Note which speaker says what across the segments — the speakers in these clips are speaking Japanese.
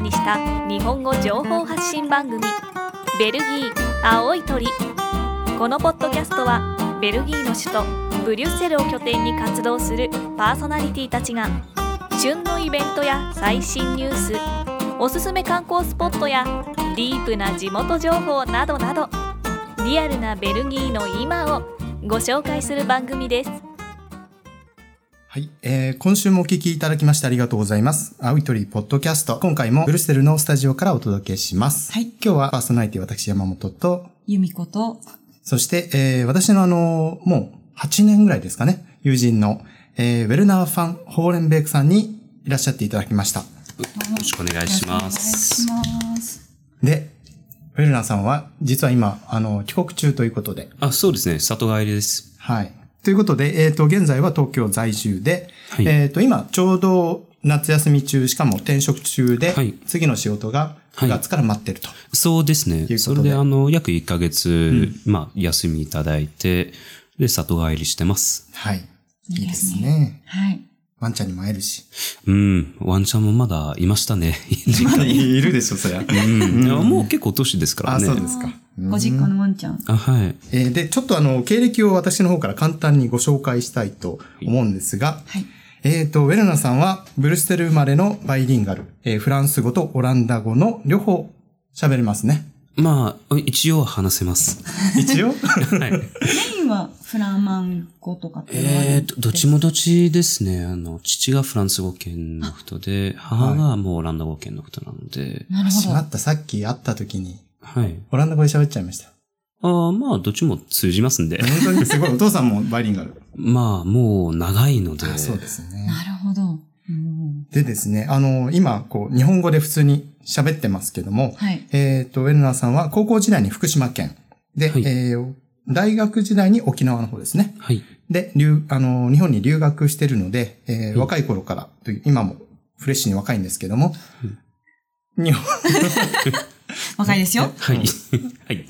Speaker 1: にした日本語情報発信番組「ベルギー青い鳥」このポッドキャストはベルギーの首都ブリュッセルを拠点に活動するパーソナリティたちが旬のイベントや最新ニュースおすすめ観光スポットやディープな地元情報などなどリアルなベルギーの今をご紹介する番組です。
Speaker 2: はい、えー今週もお聞きいただきましてありがとうございます。青い鳥ポッドキャスト。今回もブルッセルのスタジオからお届けします。
Speaker 3: はい
Speaker 2: 今日はパーソナリティ私山本と、
Speaker 3: 由美子と、
Speaker 2: そして、えー私のあのーもう8年ぐらいですかね、友人の、えーウェルナーファン・ホーレンベークさんにいらっしゃっていただきました。
Speaker 4: よろしくお願いします。
Speaker 3: お願いします。
Speaker 2: で、ウェルナーさんは実は今、あの、帰国中ということで、
Speaker 4: あ、そうですね。里帰りです。
Speaker 2: はい。ということで、えっ、と、現在は東京在住で、
Speaker 4: はい
Speaker 2: えっ、と、今、ちょうど夏休み中、しかも転職中で、
Speaker 4: はい
Speaker 2: 次の仕事が9
Speaker 4: はい
Speaker 2: 月から待ってると。
Speaker 4: そうですね。
Speaker 2: とで
Speaker 4: それで、あの、約1ヶ月、まあ、休みいただいて、で、里帰りしてます。
Speaker 2: はい。いいです
Speaker 3: いいで
Speaker 2: ね。
Speaker 3: はい。
Speaker 2: ワンちゃんにも会えるし。
Speaker 4: うん。ワンちゃんもまだいましたね。
Speaker 2: いるでしょ、そりゃ。
Speaker 4: うん。 もう結構年ですか ら
Speaker 2: あ、
Speaker 4: ね。
Speaker 2: そうですか。
Speaker 3: ご実家のワンちゃん。
Speaker 4: あ、はい。
Speaker 2: えーで、ちょっとあの、経歴を私の方から簡単にご紹介したいと思うんですが、
Speaker 3: はい。
Speaker 2: えっ、と、ウェルナさんは、ブルステル生まれのバイリンガル、えーフランス語とオランダ語の両方喋れますね。
Speaker 4: まあ、一応は話せます。
Speaker 2: 一 応
Speaker 3: メインはフラマン語とかって言われ
Speaker 4: え
Speaker 3: る
Speaker 4: っと、どっちもどっちですね。あの、父がフランス語圏の人で、母がもうオランダ語圏の人なので、
Speaker 3: なる
Speaker 2: し
Speaker 3: ほ
Speaker 2: ま
Speaker 3: ど。
Speaker 2: った、さっき会った時に、
Speaker 4: はい。
Speaker 2: オランダ語で喋っちゃいました。
Speaker 4: あまあ、どっちも通じますんで。
Speaker 2: 本当に すごい、お父さんもバイリンガル。
Speaker 4: まあ、もう長いので。
Speaker 2: すね
Speaker 3: なるほど。うん
Speaker 2: でですね、あの、今、こう、日本語で普通に喋ってますけども、
Speaker 3: はい。
Speaker 2: えっ、と、ウェルナーさんは高校時代に福島県。で、
Speaker 4: はい
Speaker 2: えー大学時代に沖縄の方ですね。
Speaker 4: はい。
Speaker 2: で、留、あの、日本に留学してるので、えー若い頃からという、今もフレッシュに若いんですけども、日本、
Speaker 3: 若いですよ。
Speaker 4: はい。 はい。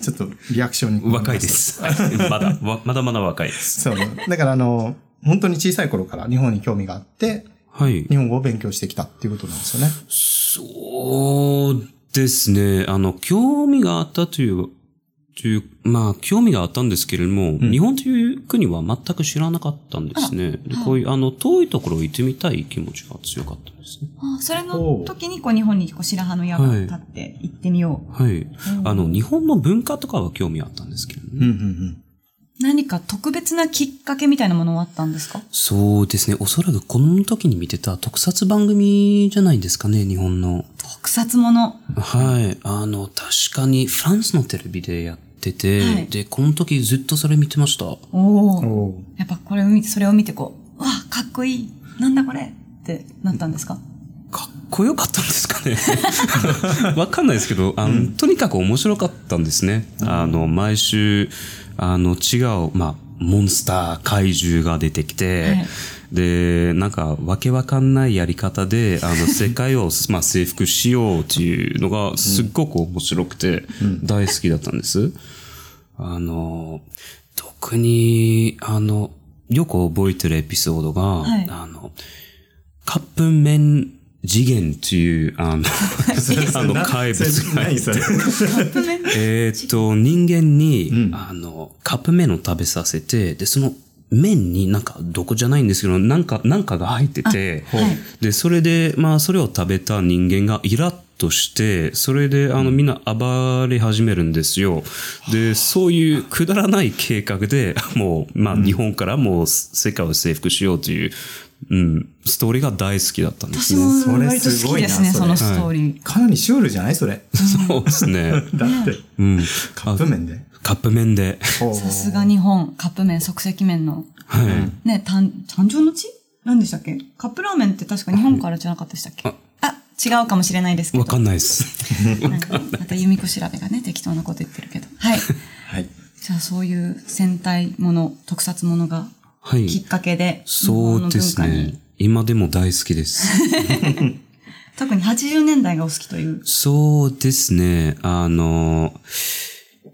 Speaker 2: ちょっとリアクションに。
Speaker 4: 若いで。す。はい まだ、わまだまだ若いです。
Speaker 2: そう。だから、あの、本当に小さい頃から日本に興味があって、
Speaker 4: はい。
Speaker 2: 日本語を勉強してきたっていうことなんですよね。
Speaker 4: そうですね。あの、興味があったという、という、まあ、興味があったんですけれども、日本という国は全く知らなかったんですね。でこういう、あの、遠いところ行ってみたい気持ちが強かったんですね。
Speaker 3: あそれの時にこう日本にこう白羽の矢が立って行ってみよう。
Speaker 4: はい。あの、日本の文化とかは興味あったんですけれども、
Speaker 2: うんうんうん。
Speaker 3: 何か特別なきっかけみたいなものはあったんですか
Speaker 4: そうですね。おそらくこの時に見てた特撮番組じゃないですかね、日本の。
Speaker 3: 特撮もの。
Speaker 4: はい。あの、確かにフランスのテレビでやってて、
Speaker 3: はい
Speaker 4: で、この時ずっとそれ見てました。
Speaker 3: おお。
Speaker 2: おー
Speaker 3: やっぱこれを見て、それを見てこう、うわ、かっこいい。なんだこれってなったんですか
Speaker 4: かっこよかったんですかね わかんないですけど、あの、とにかく面白かったんですね。あの、毎週、あの、違う、まあ、モンスター、怪獣が出てきて、
Speaker 3: はい
Speaker 4: で、なんか、わけわかんないやり方で、 あの、世界を、まあ、征服しようっていうのが、すっごく面白くて、大好きだったんです。あの、特に、あの、よく覚えてるエピソードが、
Speaker 3: はい
Speaker 4: あの、カップ麺次元って いう、あの、あの怪物 がいて、えーっと、人間に、あの、カップ麺を食べさせて、で、その麺になんか、どこじゃないんですけど、なんか、なんかが入ってて、
Speaker 3: はい
Speaker 4: で、それで、まあ、それを食べた人間がイラッとして、それで、あの、みんな暴れ始めるんですよ。で、そういうくだらない計画で、 もう、まあ、日本からもう世界を征服しようという、うん、ストーリーが大好きだったんです
Speaker 3: 私
Speaker 4: ね。
Speaker 3: も
Speaker 2: それ
Speaker 3: 割と
Speaker 2: す
Speaker 3: 好
Speaker 2: ごい
Speaker 3: き
Speaker 2: な
Speaker 3: ですね、
Speaker 2: それ
Speaker 3: そのストーリー。
Speaker 2: かなりシュールじゃないそれ。
Speaker 4: そうですね。
Speaker 2: だって、
Speaker 4: うん。
Speaker 2: カップ麺で。
Speaker 4: カップ麺で。
Speaker 2: さ
Speaker 3: さすが日本、カップ麺、即席麺の、
Speaker 4: はい。
Speaker 3: ね、誕、誕生の地何でしたっけカップラーメンって確か日本からじゃなかったでしたっけあ、違うかもしれないですけど。
Speaker 4: わかんないです。
Speaker 3: なんかまた弓子調べがね、適当なこと言ってるけど。 はい。
Speaker 2: はい。
Speaker 3: じゃあそういう戦隊もの、特撮ものが
Speaker 4: はい。
Speaker 3: きっかけで、日本
Speaker 4: そ
Speaker 3: の
Speaker 4: うで
Speaker 3: 文
Speaker 4: す
Speaker 3: 化に、
Speaker 4: ね。今でも大好き です。
Speaker 3: 特に80年代がお好きという。
Speaker 4: そうですね。あの、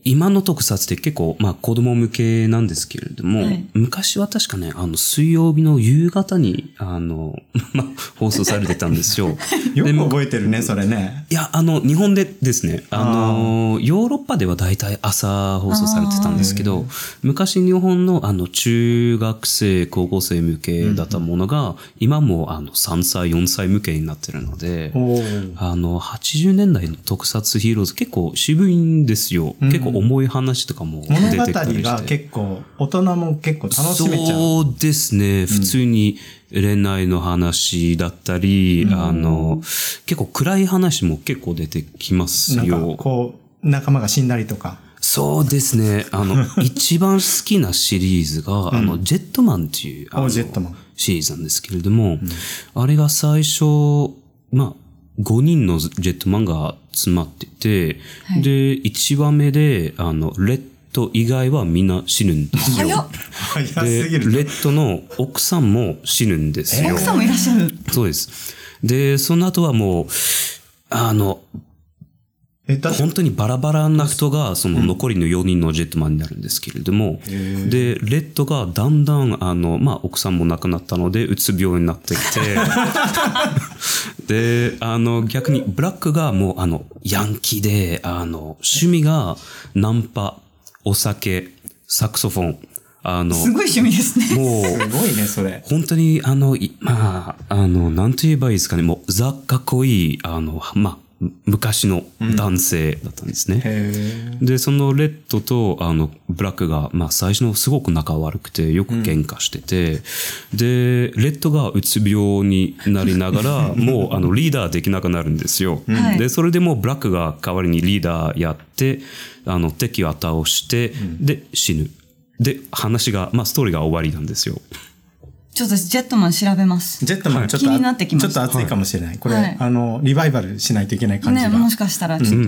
Speaker 4: 今の特撮って結構、まあ子供向けなんですけれども、
Speaker 3: はい
Speaker 4: 昔は確かね、あの、水曜日の夕方に、あの、 まあ、放送されてたんで すよ。
Speaker 2: よ
Speaker 4: で
Speaker 2: く
Speaker 4: も
Speaker 2: 覚えてるね、それね。
Speaker 4: いや、あの、日本でですね、あの、ヨーロッパでは大体朝放送されてたんですけど、昔日本のあの、中学生、高校生向けだったものが、今もあの、3歳、4歳向けになってるので、
Speaker 2: おー
Speaker 4: あの、80年代の特撮ヒーローズ結構渋いんですよ。
Speaker 2: ん
Speaker 4: 結構重い話とかも出
Speaker 2: 物語
Speaker 4: てきたりして。
Speaker 2: が結構、大人も結構楽しめちゃう。
Speaker 4: そうですね。普通に恋愛の話だったり、あの、結構暗い話も結構出てきます
Speaker 2: なん
Speaker 4: よ
Speaker 2: か、。こう、仲間が死んだりとか。
Speaker 4: そうですね。あの、一番好きなシリーズが、あの、ジェットマンっていう、あの
Speaker 2: おジェットマン
Speaker 4: シリーズなんですけれども、あれが最初、まあ、5人のジェットマンが詰まってて、
Speaker 3: はい
Speaker 4: で、1話目で、あの、レッド以外はみんな死ぬんですよ。
Speaker 3: 早っ
Speaker 2: 早
Speaker 4: で、
Speaker 2: すぎる。
Speaker 4: レッドの奥さんも死ぬんですよ
Speaker 3: 奥。さんもいらっしゃる。
Speaker 4: そうです。で、その後はもう、あの、
Speaker 2: え、だって
Speaker 4: 本当にバラバラな人が、その残りの4人のジェットマンになるんですけれども、で、レッドがだんだん、あの、まあ、奥さんも亡くなったので、うつ病になってき て、で、あの、逆に、ブラックがもう、あの、ヤンキーで、あの、趣味が、ナンパ、お酒、サクソフォン、あの、
Speaker 3: すごい趣味ですね。
Speaker 4: もう、
Speaker 2: すごいね、それ。
Speaker 4: 本当に、あの、いまあ、あの、なんと言えばいいですかね、もう、ザ・かっこいい、あの、まあ、む昔の男性だったんですね。
Speaker 2: へー
Speaker 4: で、そのレッドと、あの、ブラックが、まあ、最初のすごく仲悪くて、よく喧嘩してて、で、レッドがうつ病になりながら、もう、あの、リーダーできなくなるんですよ。
Speaker 3: はい
Speaker 4: で、それでもう、ブラックが代わりにリーダーやって、あの、敵は倒して、で、死ぬ。で、話が、まあ、ストーリーが終わりなんですよ。
Speaker 3: ちょっと私ジェットマン調べます。
Speaker 2: ジェットマンちょっと、
Speaker 3: 気になってきま
Speaker 2: ち
Speaker 3: し
Speaker 2: ょったと熱いかもしれない。これ、
Speaker 3: はい
Speaker 2: あの、リバイバルしないといけない感じ
Speaker 3: ね、
Speaker 2: が
Speaker 3: もしかしたらちょっ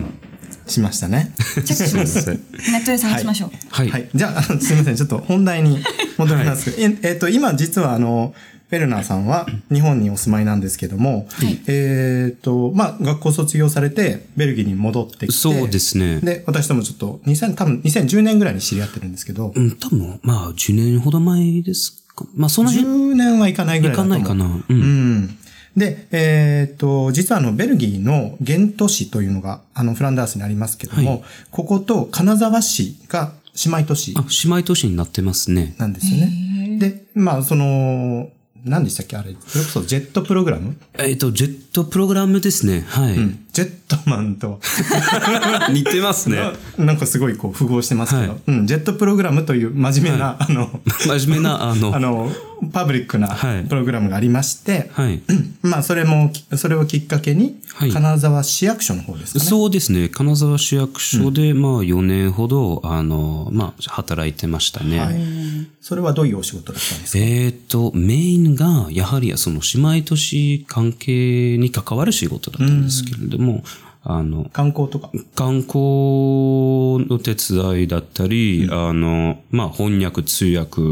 Speaker 2: しましたね。
Speaker 3: とチェックします。
Speaker 4: はい
Speaker 3: ネットで探しましょう。
Speaker 4: はい。
Speaker 2: はい。じゃあ、あのすみません。ちょっと本題に戻りますけど、ええっと、今実はあの、フェルナーさんは日本にお住まいなんですけども、
Speaker 3: い
Speaker 2: えっと、まあ、学校卒業されて、ベルギーに戻ってきて、
Speaker 4: そうですね
Speaker 2: で、私ともちょっと、2000、多分2010年ぐらいに知り合ってるんですけど
Speaker 4: う、ん、多分、まあ、10年ほど前ですか。まあ、その辺、
Speaker 2: 10年はいかないぐ
Speaker 4: い
Speaker 2: らいだ
Speaker 4: か
Speaker 2: と思
Speaker 4: な
Speaker 2: う。
Speaker 4: いかな。う。
Speaker 2: うんん。で、えっと、実はあの、ベルギーのゲント市というのが、あの、フランダースにありますけども、
Speaker 4: はい
Speaker 2: ここと金沢市が姉妹都市
Speaker 4: あ、姉妹都市になってますね。
Speaker 2: なんですよね。で、まあ、その、何でしたっけあれ、それこそジェットプログラム、
Speaker 4: えっ、と、ジェットプログラムですね。はい。
Speaker 2: うん、ジェットマンと、
Speaker 4: 似てますね。
Speaker 2: なんかすごいこう符合してますけど、
Speaker 4: はい
Speaker 2: うん、ジェットプログラムという真面目な、あ の、
Speaker 4: 真面目な、 あの、
Speaker 2: あの、パブリックな
Speaker 4: はい
Speaker 2: プログラムがありまして、
Speaker 4: はい。
Speaker 2: まあ、それもき、それをきっかけに、
Speaker 4: はい
Speaker 2: 金沢市役所の方ですかね。
Speaker 4: そうですね。金沢市役所で、まあ、4年ほど、あの、まあ、働いてましたね。
Speaker 2: はい。それはどういうお仕事だったんですか
Speaker 4: えっ、と、メインが、やはり、その、姉妹都市関係に関わる仕事だったんですけれども、あの、
Speaker 2: 観光とか。
Speaker 4: 観光の手伝いだったり、あの、まあ、翻訳、通訳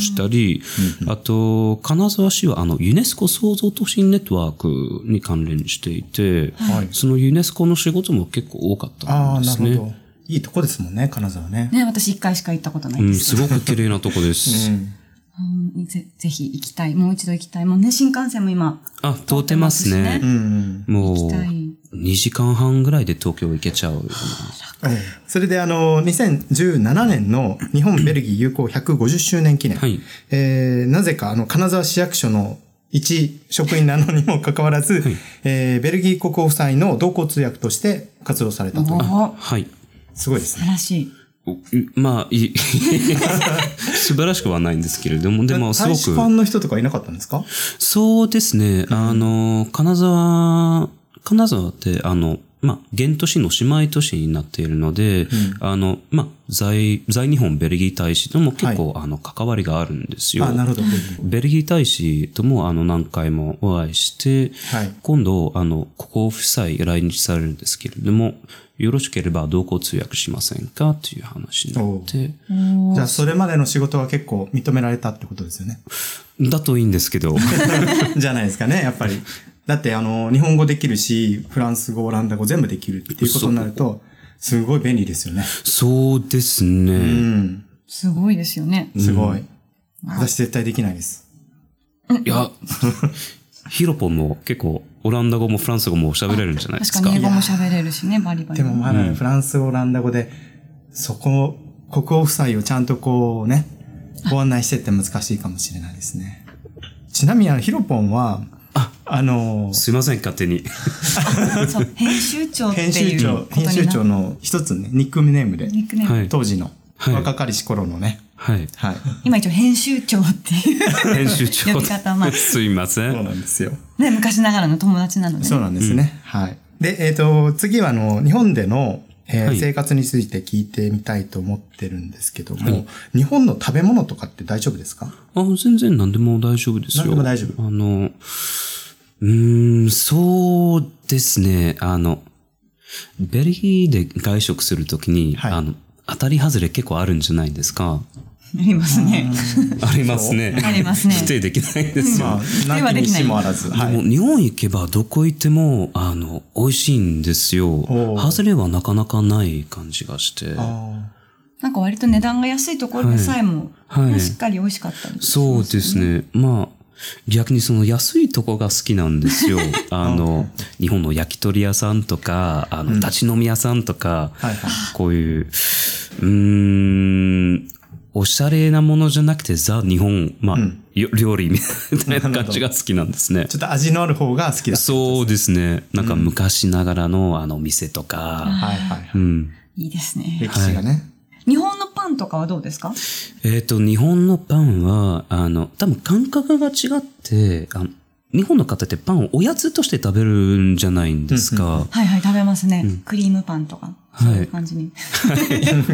Speaker 4: したり、あと、金沢市は、あの、ユネスコ創造都心ネットワークに関連していて、
Speaker 2: はい
Speaker 4: そのユネスコの仕事も結構多かった
Speaker 2: あ
Speaker 4: ん
Speaker 2: あ、
Speaker 4: で
Speaker 2: な
Speaker 4: す
Speaker 2: る
Speaker 4: ね。
Speaker 2: ほど。いいとこですもんね、金沢ね。
Speaker 3: ね、私一回しか行ったことないうで
Speaker 4: ん、
Speaker 3: す。
Speaker 4: すごく綺麗なとこです。
Speaker 2: うん。
Speaker 3: うんぜぜひ行きたい。もう一度行きたい。もうね、新幹線も今。
Speaker 4: あ、通ってますね
Speaker 2: う。ん。
Speaker 4: もう
Speaker 3: 行きたい、
Speaker 4: 2時間半ぐらいで東京行けちゃうような。
Speaker 2: それであの、2017年の日本ベルギー友好150周年記念。
Speaker 4: はい
Speaker 2: えーなぜかあの、金沢市役所の一職員なのにもかかわらず、えーベルギー国王夫妻の同行通訳として活動されたという。
Speaker 3: おお、
Speaker 4: はい。
Speaker 2: すごいです
Speaker 3: 素
Speaker 2: ね。
Speaker 3: 晴らしい。
Speaker 4: おまあ、い い素晴らしくはないんですけれども、でも、すご
Speaker 2: 大
Speaker 4: く。
Speaker 2: 使館の人とかいなかったんですか
Speaker 4: そうですね。あの、金沢、金沢って、あの、まあ、現都市の姉妹都市になっているので、あの、まあ、在、在日本ベルギー大使とも結構、あの、関わりがあるんですよ。
Speaker 2: あ、なるほど。
Speaker 4: ベルギー大使とも、あの、何回もお会いして、
Speaker 2: はい
Speaker 4: 今度、あの、ここ夫妻来日されるんですけれども、よろしければ同行通訳しませんかという話になって、
Speaker 2: じゃあ、それまでの仕事は結構認められたってことですよね。
Speaker 4: だといいんですけ ど、
Speaker 2: じゃないですかね、やっぱり。だって、あの、日本語できるし、フランス語、オランダ語全部できるっていうことになると、すごい便利ですよね。
Speaker 4: そうですね。
Speaker 2: うん。
Speaker 3: すごいですよね。
Speaker 2: すごい。私絶対できないです。
Speaker 4: いや、ヒロポンも結構オランダ語もフランス語も喋れるんじゃないですか。
Speaker 3: 確かに英語も喋れるしね、バリバリ。
Speaker 2: でもまだフランス語、オランダ語で、そこ、国王夫妻をちゃんとこうね、ご案内してって難しいかもしれないですね。ちなみにあの、ヒロポンは、あ、の、
Speaker 4: すいません、勝手に。
Speaker 3: そう、編集長っ
Speaker 2: 編
Speaker 3: てい
Speaker 2: 集
Speaker 3: う
Speaker 2: 長
Speaker 3: こ、と
Speaker 2: 編
Speaker 3: にな
Speaker 2: 集長の一つね、ニックネームで、
Speaker 3: ニックネーム
Speaker 4: はい
Speaker 2: 当時の、
Speaker 4: はい
Speaker 2: 若かりし頃のね、
Speaker 4: はい。
Speaker 2: はい。
Speaker 3: 今一応編集長っていう
Speaker 4: 編集長
Speaker 3: 呼び方まあ
Speaker 4: すいませ。
Speaker 2: そうんなんですよ。
Speaker 3: ね、昔ながらの友達なので、ね。
Speaker 2: そうなんですね。はい。で、えっ、と、次は、あの、日本での、えー
Speaker 4: はい
Speaker 2: 生活について聞いてみたいと思ってるんですけども、日本の食べ物とかって大丈夫ですか
Speaker 4: あ、全然何でも大丈夫ですよ。
Speaker 2: 何でも大丈夫
Speaker 4: あの、うーん、そうですね。あの、ベルギーで外食するときに、
Speaker 2: はい
Speaker 4: あの、当たり外れ結構あるんじゃないですか。
Speaker 3: ありますね。
Speaker 4: ありますね。
Speaker 3: ありますね
Speaker 4: 否定できないですよ。
Speaker 2: まあ、
Speaker 3: では
Speaker 2: 何
Speaker 3: で
Speaker 2: に
Speaker 3: きない
Speaker 2: しもあらず。は
Speaker 4: でも
Speaker 2: い。
Speaker 4: 日本行けばどこ行っても、あの、美味しいんですよ。
Speaker 2: おう
Speaker 4: ハズレはなかなかない感じがして。
Speaker 2: あ
Speaker 3: なんか割と値段が安いところでさえも、
Speaker 4: はいはい
Speaker 3: しっかり美味しかったり、
Speaker 4: そうですね。まあ、逆にその安いとこが好きなんですよ。あの、日本の焼き鳥屋さんとか、あの、立ち飲み屋さんとか、
Speaker 2: ーはいはい。
Speaker 4: こういう、うーん、おしゃれなものじゃなくて、ザ・日本、まあ、
Speaker 2: ん
Speaker 4: よ料理みたいな感じが好きなんですね。
Speaker 2: ちょっと味のある方が好きだ。
Speaker 4: そうですね。なんか昔ながらのあの店とか、
Speaker 2: はいはいは
Speaker 4: う
Speaker 2: い。
Speaker 4: ん。
Speaker 3: いいですね。
Speaker 2: 歴史がね。
Speaker 3: 日本のパンとかはどうですか
Speaker 4: えっ、と、日本のパンは、あの、多分感覚が違って、あの日本の方ってパンをおやつとして食べるんじゃないんですか。
Speaker 3: はいはい、食べますね。クリームパンとか、
Speaker 4: い
Speaker 3: そういう感じに。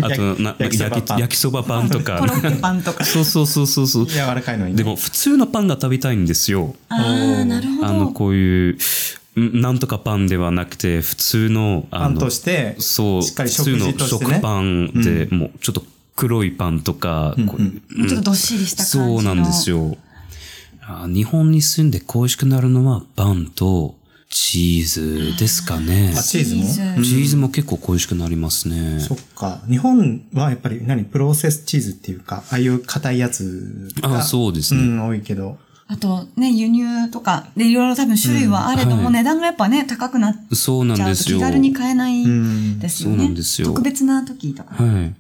Speaker 4: あとな
Speaker 2: 焼きそば
Speaker 4: 焼
Speaker 2: パ
Speaker 4: き
Speaker 2: ン
Speaker 4: 焼きそばパンと か
Speaker 3: コ。ロッケパンとか。
Speaker 4: そうそうそうそうそう。
Speaker 2: 柔らかいのに、ね。
Speaker 4: でも、普通のパンが食べたいんですよ。
Speaker 3: ああ、なるほ
Speaker 4: あの、
Speaker 3: ど。
Speaker 4: こういう、んなんとかパンではなくて、普通の、あ
Speaker 2: パン
Speaker 4: の
Speaker 2: と、して、
Speaker 4: そう、
Speaker 2: しっかり
Speaker 4: 普
Speaker 2: 食
Speaker 4: 通の
Speaker 2: 事としてね
Speaker 4: 食パンで、もう、ちょっと黒いパンとか、こういう
Speaker 3: もうちょっとどっしりした感じの。
Speaker 4: そうなんですよ。あ日本に住んで恋しくなるのはパンとチーズですかね。
Speaker 2: あ、チーズも
Speaker 3: チーズ
Speaker 4: チーズも結構恋しくなりますね。
Speaker 2: そっか。日本はやっぱり何プロセスチーズっていうか、ああいう硬いやつが。
Speaker 4: あそうですね
Speaker 2: うん、多いけど。
Speaker 3: あとね、輸入とか、で、いろいろ多分種類はあれど
Speaker 4: うん
Speaker 3: も、
Speaker 4: はい
Speaker 3: 値段がやっぱね、高くなっ
Speaker 4: そうなん
Speaker 3: ちゃ
Speaker 4: で
Speaker 3: うと
Speaker 4: すよ。
Speaker 3: 気軽に買えない
Speaker 2: ん
Speaker 3: ですよね。
Speaker 4: そうなんですよ
Speaker 3: 特別な時とか。
Speaker 4: はい。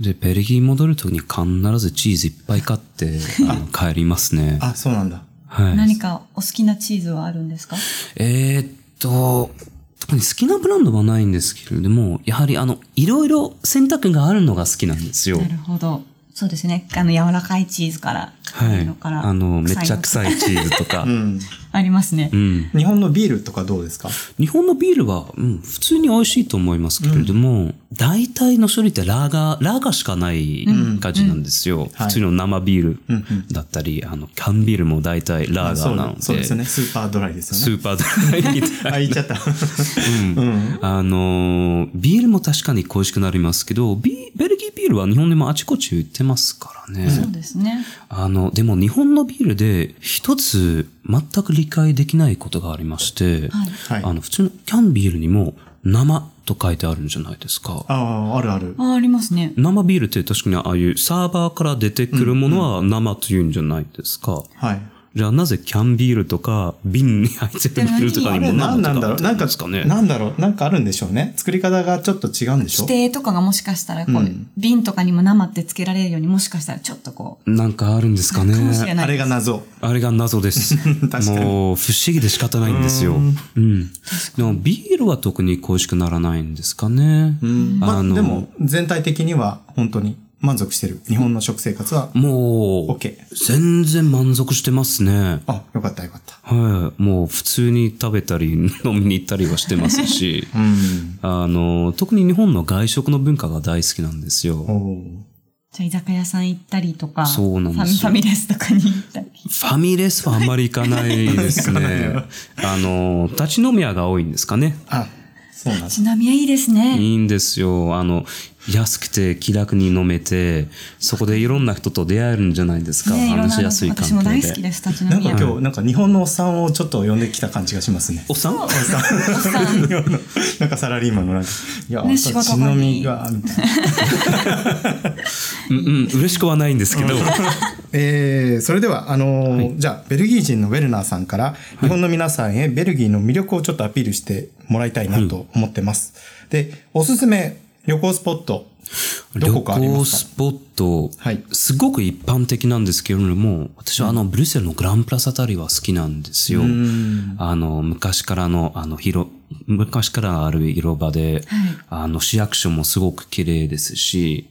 Speaker 4: で、ベルギー戻るときに必ずチーズいっぱい買 って、あの帰りますね。
Speaker 2: あ、そうなんだ。
Speaker 4: はい。
Speaker 3: 何かお好きなチーズはあるんですか
Speaker 4: えーっと、特に好きなブランドはないんですけれども、やはりあの、いろいろ選択があるのが好きなんですよ。
Speaker 3: なるほど。そうですね。あの、柔らかいチーズから、
Speaker 4: は
Speaker 3: 辛
Speaker 4: い
Speaker 3: の。から
Speaker 4: あの、めっちゃ
Speaker 3: い
Speaker 4: 臭いチーズとか。
Speaker 2: う ん。
Speaker 3: の。ありますね
Speaker 4: う。ん。
Speaker 2: 日本のビールとかどうですか
Speaker 4: 日本のビールは、うん、普通に美味しいと思いますけれども、大体の処理ってラーガー、ラーガーしかない感じなんですよ。普通の生ビー
Speaker 2: うん
Speaker 4: ルだったり、あの、缶ビールも大体ラーガ
Speaker 2: そ
Speaker 4: ー
Speaker 2: う
Speaker 4: なの
Speaker 2: だ
Speaker 4: で、
Speaker 2: そうですよね。スーパードライです
Speaker 4: ス
Speaker 2: よね。
Speaker 4: ーパードライみたい
Speaker 2: あ、言っちゃった。うん。
Speaker 4: あのー、ビールも確かに恋しくなりますけど、ビベルギービールは日本でもあちこち売ってますからね。
Speaker 3: そうですね。
Speaker 4: あの、でも日本のビールで一つ全く理解できないことがありまして、
Speaker 3: はい
Speaker 2: はい
Speaker 4: あの、普通のキャンビールにも生と書いてあるんじゃないですか。
Speaker 2: ああ、あるある。
Speaker 3: あ、ありますね。
Speaker 4: 生ビールって確かにああいうサーバーから出てくるものは生というんじゃないですか。
Speaker 2: はい。
Speaker 4: じゃあなぜキャンビールとか瓶に入ってるビールとか
Speaker 2: あ
Speaker 4: に
Speaker 2: れ
Speaker 4: も
Speaker 2: 何
Speaker 4: 生
Speaker 2: なんだ
Speaker 4: とか
Speaker 2: ろ
Speaker 4: あ
Speaker 2: うなん
Speaker 4: るん
Speaker 2: か
Speaker 4: ですかね、
Speaker 2: なんだろうなんかあるんでしょうね。作り方がちょっと違うんでしょ
Speaker 3: 規定とかがもしかしたら、こう、瓶とかにも生ってつけられるように、もしかしたらちょっとこ
Speaker 4: なんかあるんですかね
Speaker 3: う、かもしれない。
Speaker 2: あれが謎。
Speaker 4: あれが謎です。
Speaker 2: かに
Speaker 4: もう不思議で仕方ないんですよ。うん。でもビールは特に恋しくならないんですかね。
Speaker 2: ま
Speaker 4: あ
Speaker 2: あ、
Speaker 4: の
Speaker 2: でも、全体的には本当に満足してる。日本の食生活は。
Speaker 4: もう
Speaker 2: OK、
Speaker 4: 全然満足してますね。
Speaker 2: あ、よかったよかった。
Speaker 4: はい。もう普通に食べたり飲みに行ったりはしてますし、
Speaker 2: うん。
Speaker 4: あの、特に日本の外食の文化が大好きなんです
Speaker 2: お
Speaker 4: よ。
Speaker 2: お。
Speaker 3: じゃあ居酒屋さん行ったりとか、
Speaker 4: そうなんですよ
Speaker 3: ファミファミレスとかに行ったり。
Speaker 4: ファミレスはあんまり行かないで すね。あの、立ち飲み屋が多いんですかね。
Speaker 2: あ、そうなんだ。
Speaker 3: ちなみにいいですね。
Speaker 4: いいんですよ。あの、安くて気楽に飲めて、そこでいろんな人と出会えるんじゃないですか。
Speaker 3: ねいろんな
Speaker 4: 話しやすい
Speaker 3: 私
Speaker 4: 関
Speaker 3: も大
Speaker 4: 係
Speaker 3: 好き
Speaker 4: で。
Speaker 3: です、立ち
Speaker 2: な
Speaker 3: 飲
Speaker 2: ん
Speaker 3: み
Speaker 2: か
Speaker 3: 屋。
Speaker 2: 今日、なんか日本のおっさんをちょっと呼んできた感じがしますね。
Speaker 4: おっさん
Speaker 3: おっさん。おっさん。
Speaker 2: 日本の なんかサラリーマンのなんか、いや、
Speaker 3: ね
Speaker 2: 立
Speaker 3: 仕
Speaker 2: ち
Speaker 3: 事場
Speaker 2: 飲
Speaker 3: に
Speaker 2: みが、みたいな。
Speaker 4: うんうん、嬉しくはないんですけど。
Speaker 2: えーそれではあのーじゃあベルギー人のウェルナーさんから日本の皆さんへベルギーの魅力をちょっとアピールしてもらいたいなと思ってます。でおすすめ旅行スポットどこかあり
Speaker 4: 旅
Speaker 2: ま
Speaker 4: 行
Speaker 2: す
Speaker 4: ス
Speaker 2: か
Speaker 4: ポット、
Speaker 2: はい
Speaker 4: すごく一般的なんですけれども、私はあの、ブリュッセルのグランプラスあたりは好きなんですよ。あの、昔からの、あの、広、昔からある広場で、あの、市役所もすごく綺麗ですし、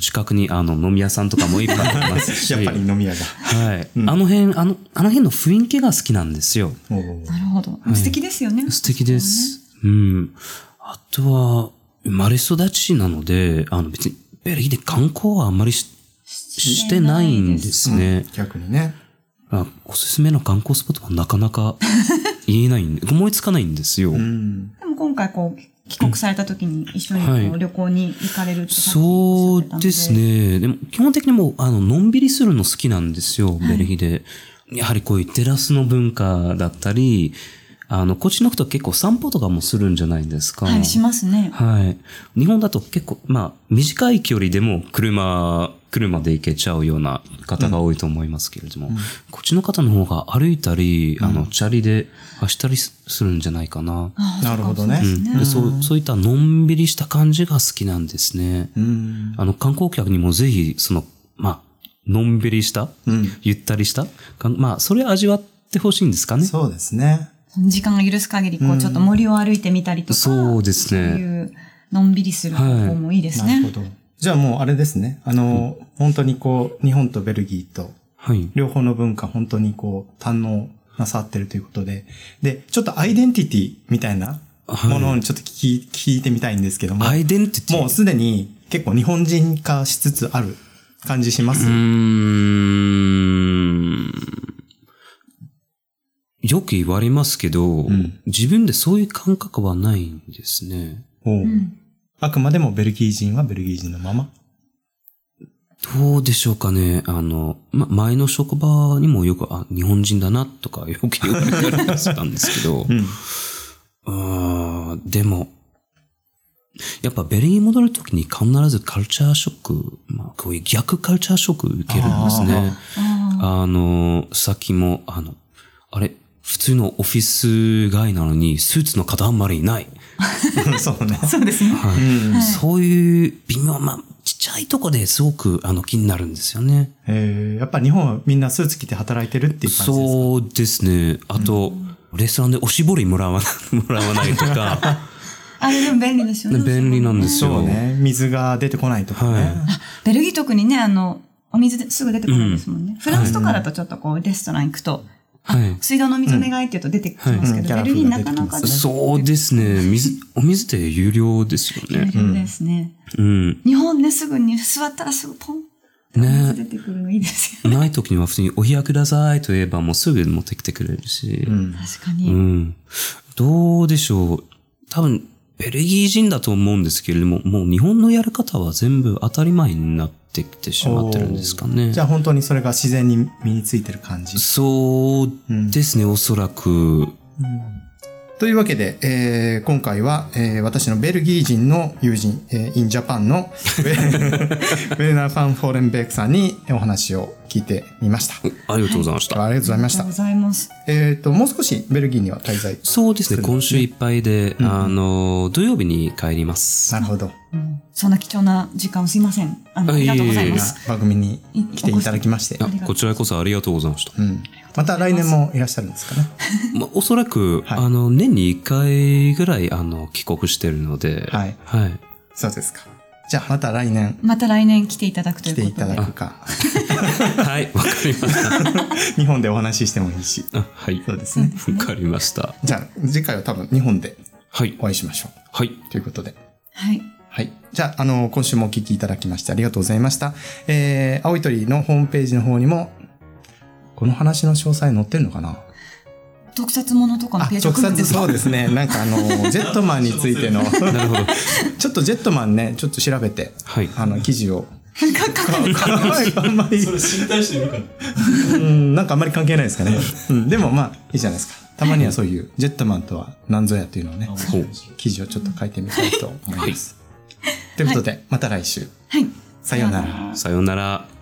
Speaker 4: 近くにあの、飲み屋さんとかもいっぱいありますし。
Speaker 2: やっぱり飲み屋が。
Speaker 4: はい。あの辺、あの、あの辺の雰囲気が好きなんですよ。
Speaker 2: おー
Speaker 3: なるほど。素敵ですよね。
Speaker 4: 素敵です。うん。あとは、生まれ育ちなので、あの別に、ベルギーで観光はあんまりししてないんですね。
Speaker 2: 逆にね。
Speaker 4: あおすすめの観光スポットはなかな か言えないんで、思いつかないんですよ。
Speaker 2: うん。
Speaker 3: でも今回こう、帰国された時に一緒に
Speaker 4: はい
Speaker 3: こう旅行に行かれるってさっき
Speaker 4: そ
Speaker 3: おっしゃってた
Speaker 4: うん
Speaker 3: で
Speaker 4: です。ね。でも、基本的にもう、あの、のんびりするの好きなんですよ、ベルギーで。やはりこういうテラスの文化だったり、あの、こっちの人は結構散歩とかもするんじゃないですか。
Speaker 3: はい、しますね。
Speaker 4: はい。日本だと結構、まあ、短い距離でも車、車で行けちゃうような方が多いと思いますけれども、こっちの方の方が歩いたり、あの、チャリで走ったりすするんじゃないかな。
Speaker 3: ああ
Speaker 2: なるほどね
Speaker 3: そうです
Speaker 4: でそう、そういったのんびりした感じが好きなんですね。
Speaker 2: うん。
Speaker 4: あの、観光客にもぜひ、その、まあ、のんびりした、
Speaker 2: うん
Speaker 4: ゆったりした、かんまあ、それ味わってほしいんですかね。
Speaker 2: そうですね。
Speaker 3: 時間が許す限り、こう、ちょっと森を歩いてみたりとか、
Speaker 4: そうですね
Speaker 3: そういう、のんびりする方法もいいです
Speaker 2: なるほ
Speaker 3: ね。
Speaker 2: ど。じゃあもうあれですね。あのー、本当にこう、日本とベルギーと
Speaker 4: はい。
Speaker 2: 両方の文化本当にこう堪能なさってるということで、で、ちょっとアイデンティティみたいなものにちょっと聞き聞いてみたいんですけども、
Speaker 4: アイデンティティ。
Speaker 2: もうすでに結構日本人化しつつある感じします。
Speaker 4: うーんよく言われますけど、
Speaker 2: ん
Speaker 4: 自分でそういう感覚はないんですね。
Speaker 2: おう
Speaker 3: うん
Speaker 2: あくまでもベルギー人はベルギー人の まま。
Speaker 4: どうでしょうかね。あの、ま、前の職場にもよく、あ、日本人だなとかよく言われたりはしたんですけど、
Speaker 2: うん。
Speaker 4: あーでも、やっぱベルギーに戻るときに必ずカルチャーショック、まあ、こういう逆カルチャーショック受けるんですね。
Speaker 3: あ
Speaker 4: あの、さっきも、あの、あれ、普通のオフィス街なのに、スーツの方あんまりいない。
Speaker 2: そうね
Speaker 3: あ。そうですね。
Speaker 4: はいそういう微妙、まあ、ちっちゃいとこですごく、あの、気になるんですよね。
Speaker 2: えー、やっぱ日本はみんなスーツ着て働いてるっていう感じですか
Speaker 4: そうですね。あと、レストランでおしぼりもらわな もらわないとか、
Speaker 3: あれでも便利ですよね。
Speaker 4: 便利なんですよ。
Speaker 2: そうね。水が出てこないとかね。
Speaker 4: は
Speaker 3: ベルギー特にね、あの、お水ですぐ出てこないですもんね。フランスとかだとちょっとこう、レストラン行くと、
Speaker 4: はい。
Speaker 3: 水道の水お願いって言うと出てきますけど、
Speaker 2: はい
Speaker 3: ベルギーなかなか
Speaker 2: うん
Speaker 4: そうですね。水、お水って有料ですよ
Speaker 3: 有
Speaker 4: ね。
Speaker 3: 料ですね。
Speaker 4: うん。
Speaker 3: 日本ね、すぐに座ったらすぐポンってお水出てくるのいいですよ。
Speaker 4: ない時には普通にお冷やくださいと言えばもうすぐ持ってきてくれるし。
Speaker 2: うん。
Speaker 3: 確か
Speaker 4: う
Speaker 3: に。
Speaker 4: ん。どうでしょう。多分、ベルギー人だと思うんですけれども、もう日本のやり方は全部当たり前になってきてしまってるんですかね。
Speaker 2: じゃあ本当にそれが自然に身についてる感じ。
Speaker 4: そうですね、おそらく。
Speaker 2: というわけで、えー今回は、えー私のベルギー人の友人、えー、in Japan のウェウェルナー・ファン・フォーレンベークさんにお話を聞いてみました。あり
Speaker 4: ありがとうございました。
Speaker 2: がとうございま
Speaker 3: あり
Speaker 2: した
Speaker 3: がとうご。ざいます。
Speaker 2: えっ、と、もう少しベルギーには滞在。
Speaker 4: そうです
Speaker 2: そうです
Speaker 4: ね、
Speaker 2: ね
Speaker 4: 今週いっぱいで、あの、土曜日に帰ります。
Speaker 2: なるほど。
Speaker 3: うんそんな貴重な時間をすいません。あの、
Speaker 4: あ
Speaker 3: ありがとうござ
Speaker 4: いえ
Speaker 3: い
Speaker 4: いえ
Speaker 3: ま。
Speaker 4: です
Speaker 2: 番組に来ていただきまして
Speaker 4: い。や
Speaker 3: ありがとう
Speaker 4: こちらこそありがとうございました。
Speaker 2: うん、また来年もいらっしゃるんですかね。
Speaker 4: まあ、おそらく、
Speaker 2: はい
Speaker 4: あの、年に1回ぐらい、あの、帰国してるので、
Speaker 2: はい
Speaker 4: はい。
Speaker 2: そうですか。じゃあまた来年
Speaker 3: また来年来ていただくと
Speaker 2: 来
Speaker 3: いう
Speaker 2: てい
Speaker 3: こと
Speaker 2: た
Speaker 3: で。
Speaker 2: だくか、
Speaker 4: はい、わかりまし た。
Speaker 2: 日本でお話ししてもいいし。
Speaker 4: あはい。
Speaker 2: そうですね。
Speaker 4: わかりました。
Speaker 2: じゃあ次回は多分日本で
Speaker 4: はい。
Speaker 2: お会いしましょ
Speaker 4: はい。
Speaker 2: う。ということで。
Speaker 3: はい。
Speaker 2: はい。じゃあ、あの、今週もお聞きいただきましてありがとうございました。えー、青い鳥のホームページの方にも、この話の詳細載ってるのかな
Speaker 3: 特撮ものとかの
Speaker 2: あ
Speaker 3: ページを
Speaker 2: 直
Speaker 3: 書くんで
Speaker 2: 接
Speaker 3: すか
Speaker 2: そうですねなんかあのジェットマンについての
Speaker 4: なるほど。
Speaker 2: ちょっとジェットマンねちょっと調べて、
Speaker 4: はい
Speaker 2: あの記事を あんまり
Speaker 5: それ新体してるか
Speaker 2: うんなんかあんまり関係ないですかね、うん、でもまあいいじゃないですかたまにはそういうジェットマンとは何ぞやというのをね
Speaker 4: ほう
Speaker 2: 記事をちょっと書いてみたいと思います、ということでまた来週
Speaker 3: はい。
Speaker 2: さようなら
Speaker 4: さようなら。